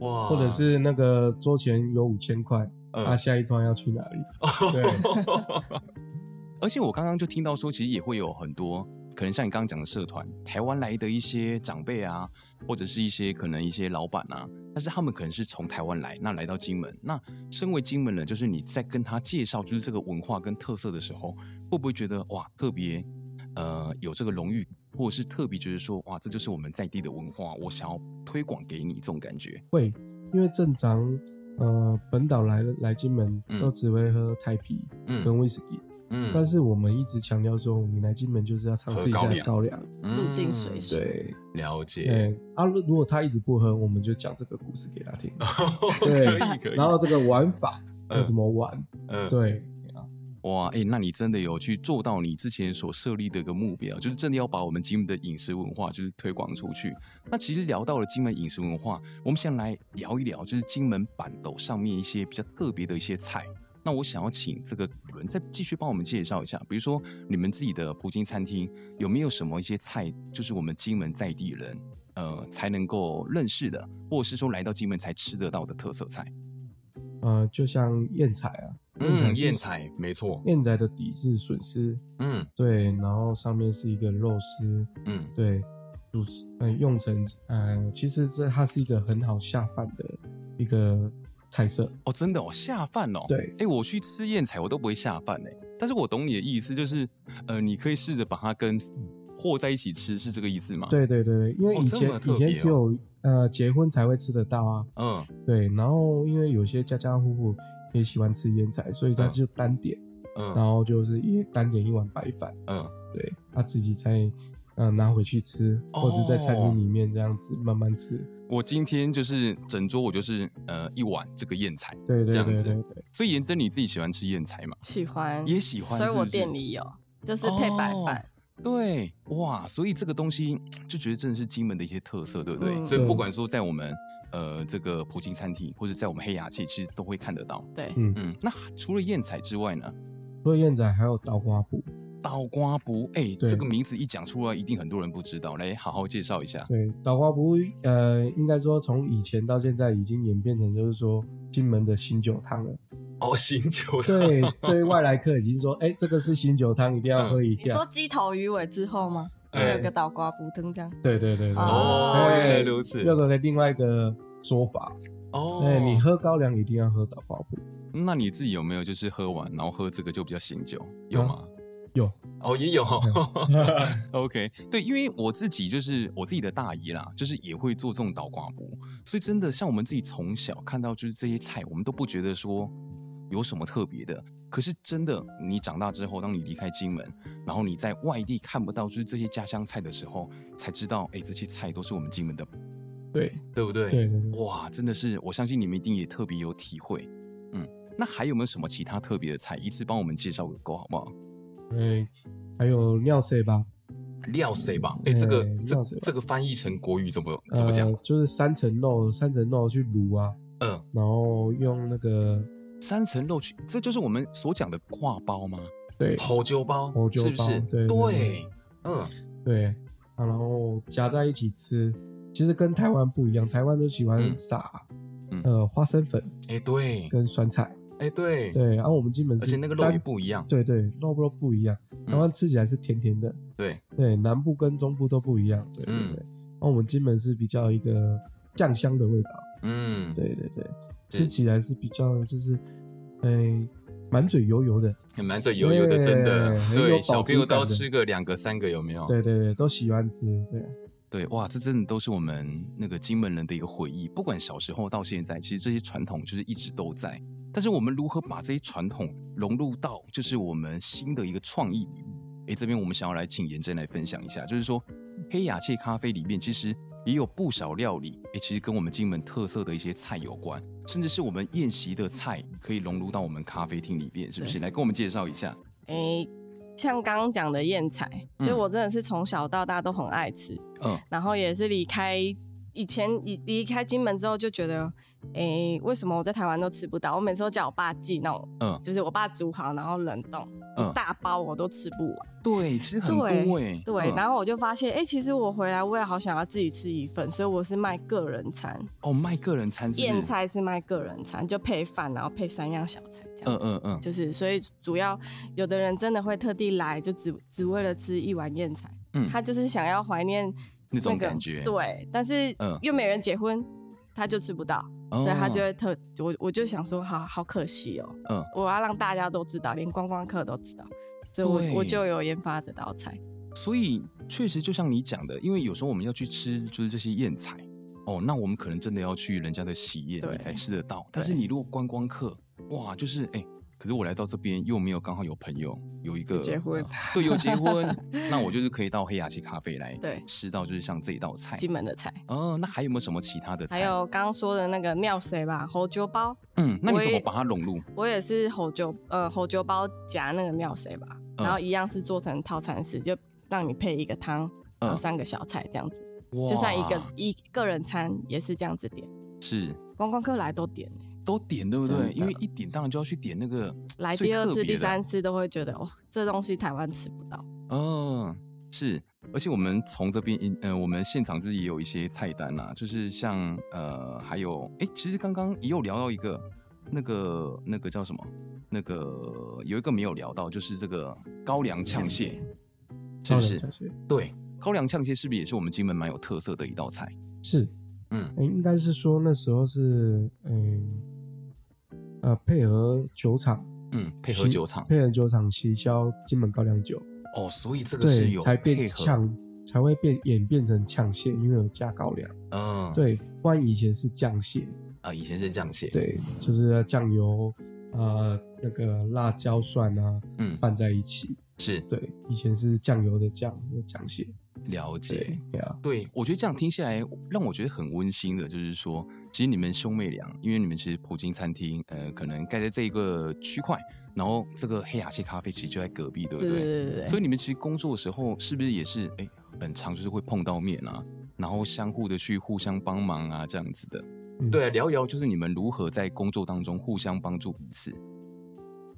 Speaker 2: 哇
Speaker 3: 或者是那个桌前有五千块，
Speaker 2: 呃
Speaker 3: 那下一段要去哪里？
Speaker 2: 哦
Speaker 3: 对，
Speaker 2: 而且我刚刚就听到说，其实也会有很多可能像你刚刚讲的社团，台湾来的一些长辈啊，或者是一些可能一些老板啊，但是他们可能是从台湾来，那来到金门，那身为金门人，就是你在跟他介绍就是这个文化跟特色的时候，会不会觉得哇特别呃有这个荣誉，或者是特别觉得说哇这就是我们在地的文化，我想要推广给你这种感觉？
Speaker 3: 会，因为正常。呃，本岛来来金门
Speaker 2: 嗯
Speaker 3: 都只会喝台啤跟威士忌，
Speaker 2: 嗯
Speaker 3: 但是我们一直强调说，你来金门就是要尝试一
Speaker 2: 喝
Speaker 3: 下
Speaker 2: 高粱
Speaker 3: 高粱。
Speaker 4: 入境水
Speaker 2: 嗯
Speaker 4: 水
Speaker 3: 对，
Speaker 2: 了 解，
Speaker 3: 嗯，啊，如如果他一直不喝，我们就讲这个故事给他听。
Speaker 2: 可
Speaker 3: 对
Speaker 2: 以哦可以，
Speaker 3: 然后这个玩法
Speaker 2: 嗯
Speaker 3: 要怎么玩？
Speaker 2: 嗯
Speaker 3: 对，
Speaker 2: 哇，哎、那你真的有去做到你之前所设立的一个目标，就是真的要把我们金门的饮食文化就是推广出去。那其实聊到了金门饮食文化，我们想来聊一聊，就是金门板豆上面一些比较特别的一些菜。那我想要请这个凯伦再继续帮我们介绍一下，比如说你们自己的葡京餐厅有没有什么一些菜，就是我们金门在地人呃才能够认识的，或者是说来到金门才吃得到的特色菜？
Speaker 3: 呃，就像燕菜啊，燕菜是，
Speaker 2: 嗯菜没错，
Speaker 3: 燕菜的底是笋丝，
Speaker 2: 嗯
Speaker 3: 对，然后上面是一个肉丝，
Speaker 2: 嗯
Speaker 3: 对，主食，嗯、用成，呃，其实这它是一个很好下饭的一个菜色，
Speaker 2: 哦，真的哦，下饭哦。
Speaker 3: 对
Speaker 2: 哎、我去吃燕菜，我都不会下饭哎、但是我懂你的意思，就是呃，你可以试着把它跟和在一起吃，是这个意思吗？，
Speaker 3: 对对对对，因为
Speaker 2: 哦
Speaker 3: 以
Speaker 2: 这
Speaker 3: 前、
Speaker 2: 么特
Speaker 3: 以前
Speaker 2: 别哦
Speaker 3: 只有呃结婚才会吃得到啊，
Speaker 2: 嗯，
Speaker 3: 对，然后因为有些家家户户也喜欢吃腌菜，所以他
Speaker 2: 嗯
Speaker 3: 就单点，然
Speaker 2: 嗯
Speaker 3: 后就是一单点一碗白饭，
Speaker 2: 嗯，
Speaker 3: 对他自己再嗯、呃拿回去吃，或者在餐
Speaker 2: 哦
Speaker 3: 厅里面这样子慢慢吃，
Speaker 2: 我今天就是整桌，我就是呃一碗这个燕菜，
Speaker 3: 对
Speaker 2: 这
Speaker 3: 对
Speaker 2: 样
Speaker 3: 对
Speaker 2: 子
Speaker 3: 对对，
Speaker 2: 所以颜真你自己喜欢吃燕菜嘛？
Speaker 4: 喜欢
Speaker 2: 也喜欢
Speaker 4: 所以
Speaker 2: 是不
Speaker 4: 我
Speaker 2: 是哦
Speaker 4: 店里有，就是配白饭。
Speaker 2: 对，哇，所以这个东西就觉得真的是金门的一些特色，对不对？
Speaker 4: 嗯
Speaker 2: 所以
Speaker 3: 对
Speaker 2: 不管说在我们呃这个葡京餐厅，或者在我们黑牙界，其实都会看得到。
Speaker 4: 对，
Speaker 3: 嗯，
Speaker 2: 嗯，那除了燕菜之外呢？
Speaker 3: 除了燕仔还有刀花布，
Speaker 2: 倒瓜布，哎、
Speaker 3: 对
Speaker 2: 这个名字一讲出来，一定很多人不知道，来好好介绍一下。
Speaker 3: 对，刀花布呃应该说从以前到现在已经演变成就是说金门的醒酒汤了，
Speaker 2: 哦，醒酒 的，
Speaker 3: 对， 对外来客已经说，哎、这个是醒酒汤，一定
Speaker 2: 嗯
Speaker 3: 要喝一
Speaker 4: 你
Speaker 3: 下，
Speaker 4: 说鸡头鱼尾之后吗？就
Speaker 2: 哎
Speaker 4: 有个倒瓜补灯这样。
Speaker 3: 对对对对，
Speaker 2: 哦，
Speaker 4: 哦
Speaker 2: 原来如此，
Speaker 3: 这个另外一个说法，
Speaker 2: 哦，
Speaker 3: 对哎你喝高粱一定要喝到花布，
Speaker 2: 那你自己有没有就是喝完，然后喝这个就比较醒酒，
Speaker 3: 嗯
Speaker 2: 有吗？
Speaker 3: 有
Speaker 2: 哦，也有。OK，对，因为我自己就是我自己的大姨啦，就是也会做这种倒挂布，所以真的像我们自己从小看到就是这些菜，我们都不觉得说有什么特别的。可是真的，你长大之后，当你离开金门，然后你在外地看不到就是这些家乡菜的时候，才知道，哎，这些菜都是我们金门的，
Speaker 3: 对
Speaker 2: 对不对？
Speaker 3: 对对对，
Speaker 2: 哇，真的是，我相信你们一定也特别有体会。嗯，那还有没有什么其他特别的菜？一次帮我们介绍个够好不好？
Speaker 3: 哎，还有尿塞吧，
Speaker 2: 料谁吧？哎、这个
Speaker 3: 嗯
Speaker 2: 这
Speaker 3: 料塞吧
Speaker 2: 这个翻译成国语怎么怎么讲
Speaker 3: 呃？就是三层肉，三层肉去卤啊，
Speaker 2: 嗯，
Speaker 3: 然后用那个
Speaker 2: 三层肉去，这就是我们所讲的挂包吗？
Speaker 3: 对
Speaker 2: 猴酒包，
Speaker 3: 猴酒
Speaker 2: 是不
Speaker 3: 包
Speaker 2: 是？
Speaker 3: 对对对
Speaker 2: 嗯，
Speaker 3: 对，啊然后夹在一起吃。其实跟台湾不一样，台湾都喜欢
Speaker 2: 嗯
Speaker 3: 撒、
Speaker 2: 嗯
Speaker 3: 呃花生粉
Speaker 2: 哎、对，
Speaker 3: 跟酸菜，
Speaker 2: 哎、对，
Speaker 3: 对，啊然、后我们基本
Speaker 2: 而
Speaker 3: 是
Speaker 2: 且那个肉
Speaker 3: 单
Speaker 2: 也不一样，
Speaker 3: 对对，肉不肉不一样，台湾吃起来是甜甜的，
Speaker 2: 对，
Speaker 3: 对，南部跟中部都不一样，对对
Speaker 2: 嗯
Speaker 3: 对。那、我们金门是比较一个酱香的味道，
Speaker 2: 嗯，
Speaker 3: 对对对，
Speaker 2: 对
Speaker 3: 吃起来是比较就是，哎，满嘴油油的，
Speaker 2: 很满嘴油油的，真的
Speaker 3: 对，很有
Speaker 2: 对，
Speaker 3: 饱
Speaker 2: 小朋友
Speaker 3: 足感
Speaker 2: 都
Speaker 3: 的
Speaker 2: 吃个两个三个，有没有？
Speaker 3: 对对对，都喜欢吃，对
Speaker 2: 对，哇，这真的都是我们那个金门人的一个回忆。不管小时候到现在，其实这些传统就是一直都在。但是我们如何把这些传统融入到就是我们新的一个创意里面？诶，这边我们想要来请妍珍来分享一下，就是说黑雅切咖啡里面其实也有不少料理，诶，其实跟我们金门特色的一些菜有关，甚至是我们宴席的菜可以融入到我们咖啡厅里面，是不是？来跟我们介绍一下。
Speaker 4: 诶、像刚刚讲的燕菜，其实
Speaker 2: 嗯
Speaker 4: 我真的是从小到大都很爱吃，
Speaker 2: 嗯，
Speaker 4: 然后也是离开以前离离开金门之后就觉得，诶、为什么我在台湾都吃不到？我每次都叫我爸寄那种，
Speaker 2: 嗯
Speaker 4: 就是我爸煮好然后冷冻，
Speaker 2: 嗯
Speaker 4: 一大包我都吃不完。
Speaker 2: 对，其实很多
Speaker 4: 对
Speaker 2: 诶，
Speaker 4: 对，
Speaker 2: 嗯
Speaker 4: 然后我就发现，诶，其实我回来我也好想要自己吃一份，所以我是卖个人餐，
Speaker 2: 哦，卖个人餐是不是
Speaker 4: 燕，菜是卖个人餐，就配饭，然后配三样小菜这样
Speaker 2: 嗯
Speaker 4: 子。
Speaker 2: 嗯嗯，
Speaker 4: 就是，所以主要有的人真的会特地来，就只只为了吃一碗燕菜，
Speaker 2: 嗯
Speaker 4: 他就是想要怀念
Speaker 2: 那种
Speaker 4: 个
Speaker 2: 感觉
Speaker 4: 对，但是
Speaker 2: 嗯
Speaker 4: 又没人结婚，他就吃不到，所以他就
Speaker 2: 哦
Speaker 4: 会特我我就想说，好好可惜哦，
Speaker 2: 嗯，
Speaker 4: 我要让大家都知道，连观光客都知道，所以
Speaker 2: 对
Speaker 4: 我我就有研发这道菜，
Speaker 2: 嗯所以确实就像你讲的，因为有时候我们要去吃就是这些宴菜哦，那我们可能真的要去人家的喜宴
Speaker 4: 对
Speaker 2: 你才吃得到。但是你如果观光客，哇，就是哎、可是我来到这边又没有刚好有朋友有一个
Speaker 4: 结婚
Speaker 2: 呃对，有结 婚，那我就是可以到黑雅琪咖啡来
Speaker 4: 对
Speaker 2: 吃到就是像这一道菜。
Speaker 4: 金门的菜，
Speaker 2: 哦，那还有没有什么其他的菜？
Speaker 4: 还有刚刚说的那个尿水吧，猴酒包，
Speaker 2: 嗯，那你怎
Speaker 4: 我
Speaker 2: 么
Speaker 4: 也
Speaker 2: 把它融入？
Speaker 4: 我也是猴酒呃猴酒包夹那个尿水吧，
Speaker 2: 嗯
Speaker 4: 然后一样是做成套餐式，就让你配一个汤，然
Speaker 2: 嗯
Speaker 4: 后三个小菜这样子，
Speaker 2: 哇
Speaker 4: 就算一个一个人餐也是这样子点，
Speaker 2: 是
Speaker 4: 观光客来都点欸、
Speaker 2: 都点对不
Speaker 4: 真
Speaker 2: 对？
Speaker 4: 的
Speaker 2: 因为一点当然就要去点那个
Speaker 4: 来
Speaker 2: 最
Speaker 4: 第二
Speaker 2: 特别
Speaker 4: 次、第
Speaker 2: 的
Speaker 4: 三次都会觉得，哦，这东西台湾吃不到。
Speaker 2: 哦，是，而且我们从这边，呃，我们现场就是也有一些菜单啦、就是像呃，还有，哎、其实刚刚也有聊到一个，那个那个叫什么？那个有一个没有聊到，就是这个高粱呛蟹，是不
Speaker 3: 高粱
Speaker 2: 是？
Speaker 3: 小蟹
Speaker 2: 对，高粱呛蟹是不是也是我们金门蛮有特色的一道菜？
Speaker 3: 是，
Speaker 2: 嗯，
Speaker 3: 哎，应该是说那时候是嗯呃配合酒厂，
Speaker 2: 嗯，配合
Speaker 3: 行
Speaker 2: 酒厂
Speaker 3: 配合酒厂行销金门高粱酒，
Speaker 2: 哦，所以这个是
Speaker 3: 对，
Speaker 2: 有
Speaker 3: 才变
Speaker 2: 配合，
Speaker 3: 呛，才会变演变成呛蟹，因为有加高粱。
Speaker 2: 嗯，
Speaker 3: 对，不然以前是酱蟹，
Speaker 2: 啊，以前是酱蟹，，
Speaker 3: 对，就是酱油、呃那个辣椒蒜啊
Speaker 2: 嗯，
Speaker 3: 拌在一起。
Speaker 2: 是
Speaker 3: 对，以前是酱油的酱，酱蟹。
Speaker 2: 了解
Speaker 3: 对。，对啊，
Speaker 2: 对，我觉得这样听下来，让我觉得很温馨的，就是说，其实你们兄妹俩，因为你们其实葡京餐厅，呃，可能盖在这一个区块，然后这个黑雅气咖啡其实就在隔壁，对不
Speaker 4: 对
Speaker 2: 对？
Speaker 4: 对对对
Speaker 2: 所
Speaker 4: 对。
Speaker 2: 以你们其实工作的时候，是不是也是哎，很常就是会碰到面啊，然后相互的去互相帮忙啊，这样子的。
Speaker 3: 嗯
Speaker 2: 对，啊聊一聊就是你们如何在工作当中互相帮助彼此。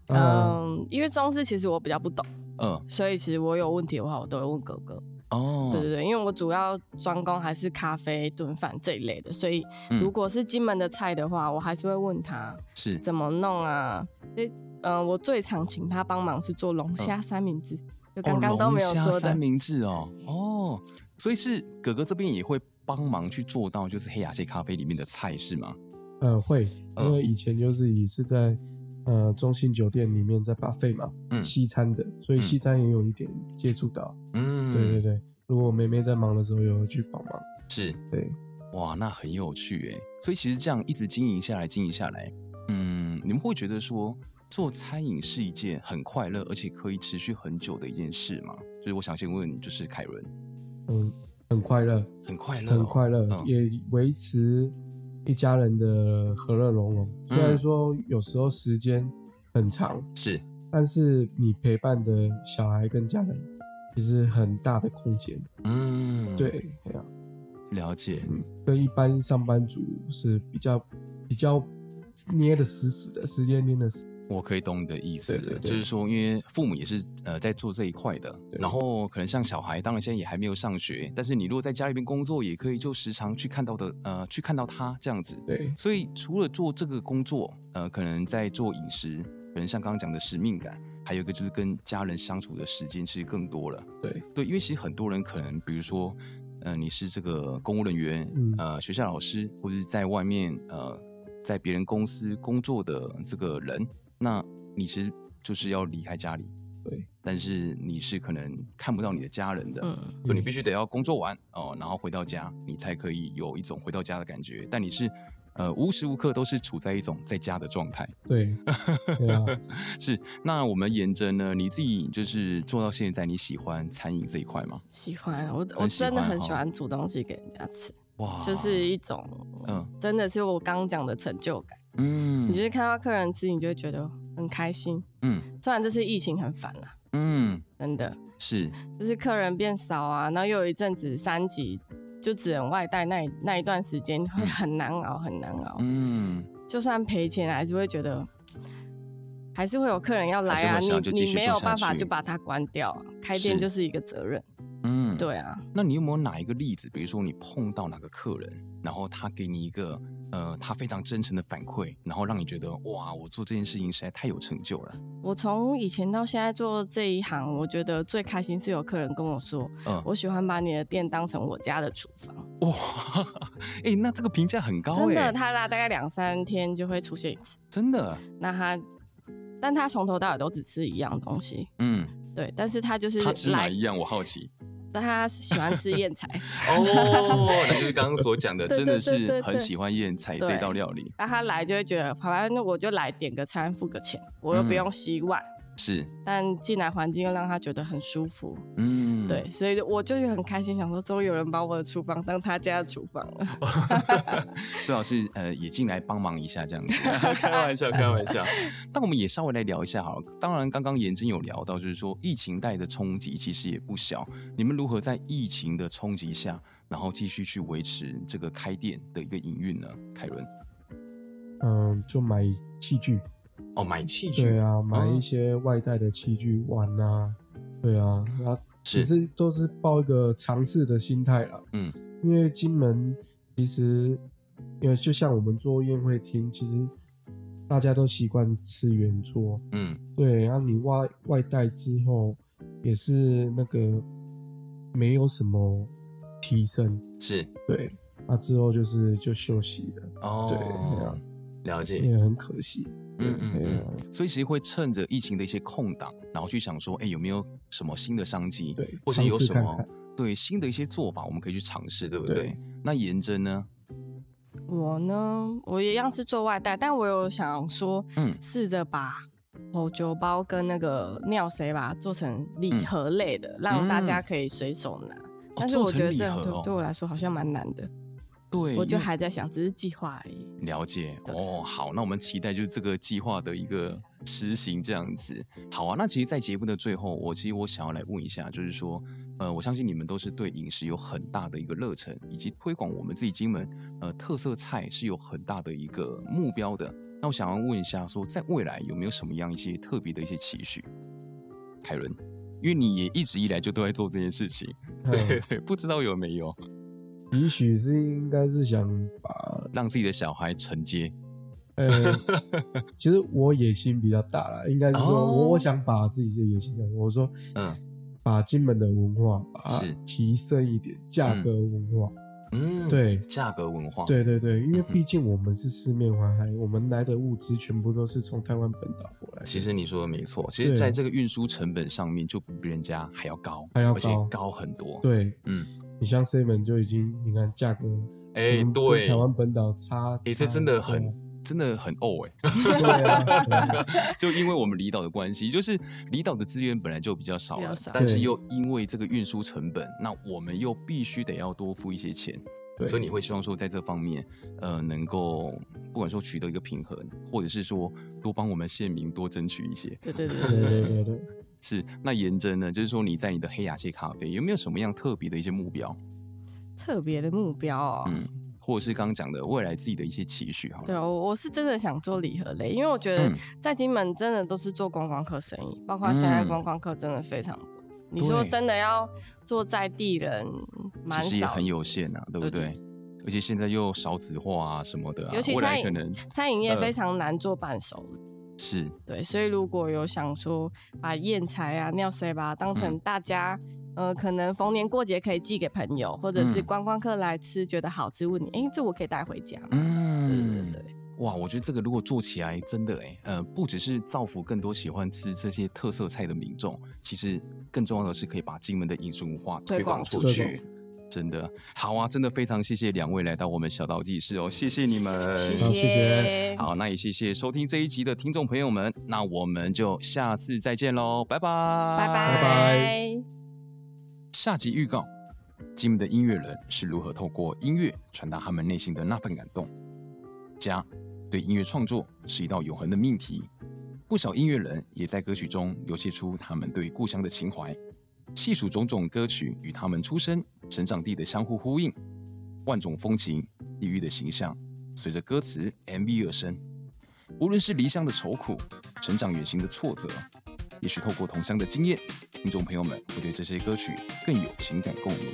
Speaker 3: 当然
Speaker 4: 嗯，因为中式其实我比较不懂，
Speaker 2: 嗯，
Speaker 4: 所以其实我有问题的话，我都会问哥哥。
Speaker 2: 哦，
Speaker 4: 对对对，因为我主要专攻还是咖啡、炖饭这一类的，所以
Speaker 2: 嗯
Speaker 4: 如果是金门的菜的话，我还是会问他
Speaker 2: 是
Speaker 4: 怎么弄啊。所以，嗯、我最常请他帮忙是做龙虾三明治，就刚刚都没有
Speaker 2: 嗯哦、龙
Speaker 4: 说
Speaker 2: 虾
Speaker 4: 的
Speaker 2: 三。明治哦，哦，所以是哥哥这边也会帮忙去做到，就是黑雅蟹咖啡里面的菜是吗？
Speaker 3: 呃，会，
Speaker 2: 嗯
Speaker 3: 因为以前就是也是在呃中信酒店里面在 buffet 嘛，
Speaker 2: 嗯
Speaker 3: 西餐的，所以西餐也有一点接触到。
Speaker 2: 嗯，
Speaker 3: 对对对，如果妹妹在忙的时候，也会去帮忙。
Speaker 2: 是
Speaker 3: 对，
Speaker 2: 哇，那很有趣哎。所以其实这样一直经营下来，经营下来，嗯，你们会觉得说做餐饮是一件很快乐，而且可以持续很久的一件事吗？所以我想先问，就是凯伦，
Speaker 3: 嗯，很快乐，
Speaker 2: 很快乐哦、
Speaker 3: 很快乐，
Speaker 2: 嗯
Speaker 3: 也维持一家人的和乐融融。
Speaker 2: 嗯
Speaker 3: 虽然说有时候时间很长，
Speaker 2: 是
Speaker 3: 但是你陪伴的小孩跟家人其实很大的空间。
Speaker 2: 嗯，
Speaker 3: 对，哎呀
Speaker 2: 了解，
Speaker 3: 嗯，跟一般上班族是比较比较捏的死死的，时间捏的死。
Speaker 2: 我可以懂你的意思，
Speaker 3: 对对对
Speaker 2: 就是说，因为父母也是呃在做这一块的，
Speaker 3: 对
Speaker 2: 然后可能像小孩，当然现在也还没有上学，但是你如果在家里边工作，也可以就时常去看到的，呃，去看到他这样子。
Speaker 3: 对，
Speaker 2: 所以除了做这个工作，呃，可能在做饮食，可能像刚刚讲的使命感，还有一个就是跟家人相处的时间其实更多了。
Speaker 3: 对
Speaker 2: 对，因为其实很多人可能，比如说，呃，你是这个公务人员，
Speaker 3: 嗯
Speaker 2: 呃，学校老师，或者是在外面呃，在别人公司工作的这个人，那你其实就是要离开家里，
Speaker 3: 对，
Speaker 2: 但是你是可能看不到你的家人的，
Speaker 4: 嗯，
Speaker 2: 所以你必须得要工作完哦、然后回到家，你才可以有一种回到家的感觉。但你是呃无时无刻都是处在一种在家的状态。
Speaker 3: 对，对啊，
Speaker 2: 是，那我们沿着呢，你自己就是做到现在，你喜欢餐饮这一块吗？
Speaker 4: 喜欢我，我
Speaker 2: 很喜
Speaker 4: 真的
Speaker 2: 欢
Speaker 4: 很喜
Speaker 2: 哦
Speaker 4: 欢煮东西给人家吃，
Speaker 2: 哇，
Speaker 4: 就是一种，
Speaker 2: 嗯
Speaker 4: 真的是我刚刚讲的成就感。
Speaker 2: 嗯，
Speaker 4: 你就是看到客人吃，你就会觉得很开心。
Speaker 2: 嗯
Speaker 4: 虽然这次疫情很烦啊啦，
Speaker 2: 嗯
Speaker 4: 真的
Speaker 2: 是
Speaker 4: 就是客人变少啊，然后又有一阵子三级就只能外带那一那一段时间会很难熬，很难熬。
Speaker 2: 嗯
Speaker 4: 就算赔钱，还是会觉得。还是会有客人要来啊，
Speaker 2: 还是会想
Speaker 4: 你
Speaker 2: 就继续
Speaker 4: 你没有
Speaker 2: 做下
Speaker 4: 办法
Speaker 2: 去
Speaker 4: 就把它关掉啊，开店
Speaker 2: 是
Speaker 4: 就是一个责任。
Speaker 2: 嗯。
Speaker 4: 对啊，
Speaker 2: 那你有没有哪一个例子？比如说你碰到哪个客人，然后他给你一个呃他非常真诚的反馈，然后让你觉得哇，我做这件事情实在太有成就了。
Speaker 4: 我从以前到现在做这一行，我觉得最开心是有客人跟我说，
Speaker 2: 嗯，
Speaker 4: 我喜欢把你的店当成我家的厨房。
Speaker 2: 哇，哎、那这个评价很高哎、
Speaker 4: 真的，他拉大概两三天就会出现一次。
Speaker 2: 真的，
Speaker 4: 那他，但他从头到尾都只吃一样东西，
Speaker 2: 嗯，
Speaker 4: 对，但是他就是
Speaker 2: 他吃哪
Speaker 4: 来，
Speaker 2: 一样？我好 奇。
Speaker 4: 但他喜欢吃 燕菜，
Speaker 2: 哦，那就是刚刚所讲的，
Speaker 4: 对
Speaker 2: 真的
Speaker 4: 对对
Speaker 2: 是
Speaker 4: 对
Speaker 2: 很
Speaker 4: 对
Speaker 2: 喜欢燕菜这
Speaker 4: 对
Speaker 2: 道料理，
Speaker 4: 那他来就会觉得，好吧，那我就来点个餐，付个钱，我又
Speaker 2: 嗯
Speaker 4: 不用洗碗，
Speaker 2: 是，
Speaker 4: 但进来环境又让他觉得很舒服，
Speaker 2: 嗯，
Speaker 4: 对，， 所以我就是很开心，想说终于有人把我的厨房当他家的厨房了。
Speaker 2: 最好是呃也进来帮忙一下这 样子，开玩笑，开玩笑。但我们也稍微来聊一下好了。当然，刚刚严真有聊到，就是说疫情带来的冲击其实也不小，你们如何在疫情的冲击下，然后继续去维持这个开店的一个营运呢？凯伦，
Speaker 3: 嗯，就买器具，
Speaker 2: 哦，买器具，
Speaker 3: 对啊，买
Speaker 2: 哦
Speaker 3: 一些外带的器具碗啊，对啊，然后其
Speaker 2: 是
Speaker 3: 实都是抱一个尝试的心态啦。
Speaker 2: 嗯，
Speaker 3: 因为金门其实，因为就像我们做宴会厅，其实大家都习惯吃圆桌，
Speaker 2: 嗯，
Speaker 3: 对，然、后你外外带之后也是那个没有什么提升，
Speaker 2: 是，
Speaker 3: 对，那之后就是就休息了，
Speaker 2: 哦，
Speaker 3: 对啊
Speaker 2: 了解，
Speaker 3: 也很可惜。
Speaker 2: 嗯嗯
Speaker 3: 对啊
Speaker 2: 嗯，所以其实会趁着疫情的一些空档，然后去想说，哎，有没有什么新的商机，
Speaker 3: 对
Speaker 2: 或是有
Speaker 3: 尝试
Speaker 2: 什么
Speaker 3: 看看
Speaker 2: 对新的一些做法，我们可以去尝试，对不对？
Speaker 3: 对
Speaker 2: 那颜真呢？
Speaker 4: 我呢，我一样是做外带，但我有想说，
Speaker 2: 嗯
Speaker 4: 试着把吼酒包跟那个尿谁吧做成礼盒类的，让大家可以随手拿。但
Speaker 2: 嗯哦
Speaker 4: 是
Speaker 2: 做
Speaker 4: 我
Speaker 2: 成
Speaker 4: 觉得
Speaker 2: 礼
Speaker 4: 这样
Speaker 2: 盒
Speaker 4: 对、
Speaker 2: 哦
Speaker 4: 对我来说好像蛮难的，
Speaker 2: 对，
Speaker 4: 我就
Speaker 2: 因为
Speaker 4: 还在想，只是计划而已。
Speaker 2: 了解
Speaker 4: 对
Speaker 2: 哦，好，那我们期待就是这个计划的一个实行这样子。好啊，那其实，在节目的最后，我其实我想要来问一下，就是说，呃，我相信你们都是对饮食有很大的一个热忱，以及推广我们自己金门呃特色菜是有很大的一个目标的。那我想要问一下说在未来有没有什么样一些特别的一些期许？凯伦，因为你也一直以来就都在做这件事情，对
Speaker 3: 嗯，
Speaker 2: 对， 不知道有没有
Speaker 3: 也许是应该是想把
Speaker 2: 让自己的小孩承接？
Speaker 3: 呃，其实我野心比较大啦，应该是说
Speaker 2: 哦
Speaker 3: 我、我想把自己的野心讲，我说，
Speaker 2: 嗯，
Speaker 3: 把金门的文化把它
Speaker 2: 是
Speaker 3: 提升一点，价格文化，
Speaker 2: 嗯，
Speaker 3: 对
Speaker 2: 价格文化，，
Speaker 3: 对对对，因为
Speaker 2: 嗯哼
Speaker 3: 毕竟我们是四面环海，我们来的物资全部都是从台湾本岛过来的。
Speaker 2: 其实你说的没错，其实
Speaker 3: 对
Speaker 2: 在这个运输成本上面就比人家还要高，
Speaker 3: 还要
Speaker 2: 而且
Speaker 3: 高
Speaker 2: 高很多。，
Speaker 3: 对，
Speaker 2: 嗯，
Speaker 3: 你像 seven 就已经，你看价格，
Speaker 2: 哎、
Speaker 3: 我们跟
Speaker 2: 对，
Speaker 3: 台湾嗯本岛差，
Speaker 2: 哎、这
Speaker 3: 差
Speaker 2: 真的很
Speaker 3: 很多。
Speaker 2: 真的很呕哎、
Speaker 3: 对啊，对啊
Speaker 2: 就因为我们离岛的关系，就是离岛的资源本来就比较少
Speaker 4: 比较
Speaker 2: 了，
Speaker 4: 少
Speaker 2: 但是
Speaker 3: 对
Speaker 2: 又因为这个运输成本，那我们又必须得要多付一些钱，
Speaker 3: 对
Speaker 2: 所以你会希望说在这方面，呃，能够不管说取得一个平衡，或者是说多帮我们县民多争取一些。
Speaker 4: 对 对对
Speaker 3: 对
Speaker 4: 对
Speaker 3: 对
Speaker 4: 对，
Speaker 3: 对对，
Speaker 2: 是，那颜真呢，就是说你在你的黑雅谢咖啡有没有什么样特别的一些目标，
Speaker 4: 特别的目标哦。
Speaker 2: 嗯，或者是刚刚讲的未来自己的一些期许？好了，
Speaker 4: 对，我我是真的想做礼盒类，因为我觉得
Speaker 2: 嗯
Speaker 4: 在金门真的都是做观光客生意，包括现在
Speaker 2: 嗯
Speaker 4: 观光客真的非常多。你说
Speaker 2: 对
Speaker 4: 真的要做在地人，蛮
Speaker 2: 其实也
Speaker 4: 少的
Speaker 2: 很有限啊，对不
Speaker 4: 对
Speaker 2: 对？而且现在又少子化啊什么的、啊，
Speaker 4: 尤其
Speaker 2: 未
Speaker 4: 餐
Speaker 2: 来可
Speaker 4: 饮
Speaker 2: 能
Speaker 4: 餐饮业
Speaker 2: 呃
Speaker 4: 非常难做伴手礼，
Speaker 2: 是
Speaker 4: 对，所以如果有想说把燕财啊、尿塞吧当
Speaker 2: 嗯
Speaker 4: 成大家、呃可能逢年过节可以寄给朋友，或者是
Speaker 2: 嗯
Speaker 4: 观光客来吃觉得好吃，问你哎、这我可以带回家吗？对
Speaker 2: 嗯，
Speaker 4: 对对对，
Speaker 2: 哇，我觉得这个如果做起来，真的哎，呃，不只是造福更多喜欢吃这些特色菜的民众，其实更重要的是可以把金门的饮食文化推
Speaker 4: 推
Speaker 2: 广
Speaker 4: 广
Speaker 2: 出
Speaker 4: 出
Speaker 2: 去
Speaker 4: 去。
Speaker 2: 真的好啊，真的非常谢谢两位来到我们小岛记事哦，谢谢你们，
Speaker 3: 好谢谢
Speaker 2: 好，那也谢谢收听这一集的听众朋友们，那我们就下次再见喽，拜拜，
Speaker 4: 拜拜。
Speaker 3: 拜拜
Speaker 2: 下集预告：吉姆的音乐人是如何透过音乐传达他们内心的那份感动。家对音乐创作是一道永恒的命题，不少音乐人也在歌曲中流泻出他们对故乡的情怀。细数种种歌曲与他们出生、成长地的相互呼应，万种风情、地域的形象，随着歌词 MV 而生。无论是离乡的愁苦，成长远行的挫折，也许透过同乡的经验，听众朋友们会对这些歌曲更有情感共鸣。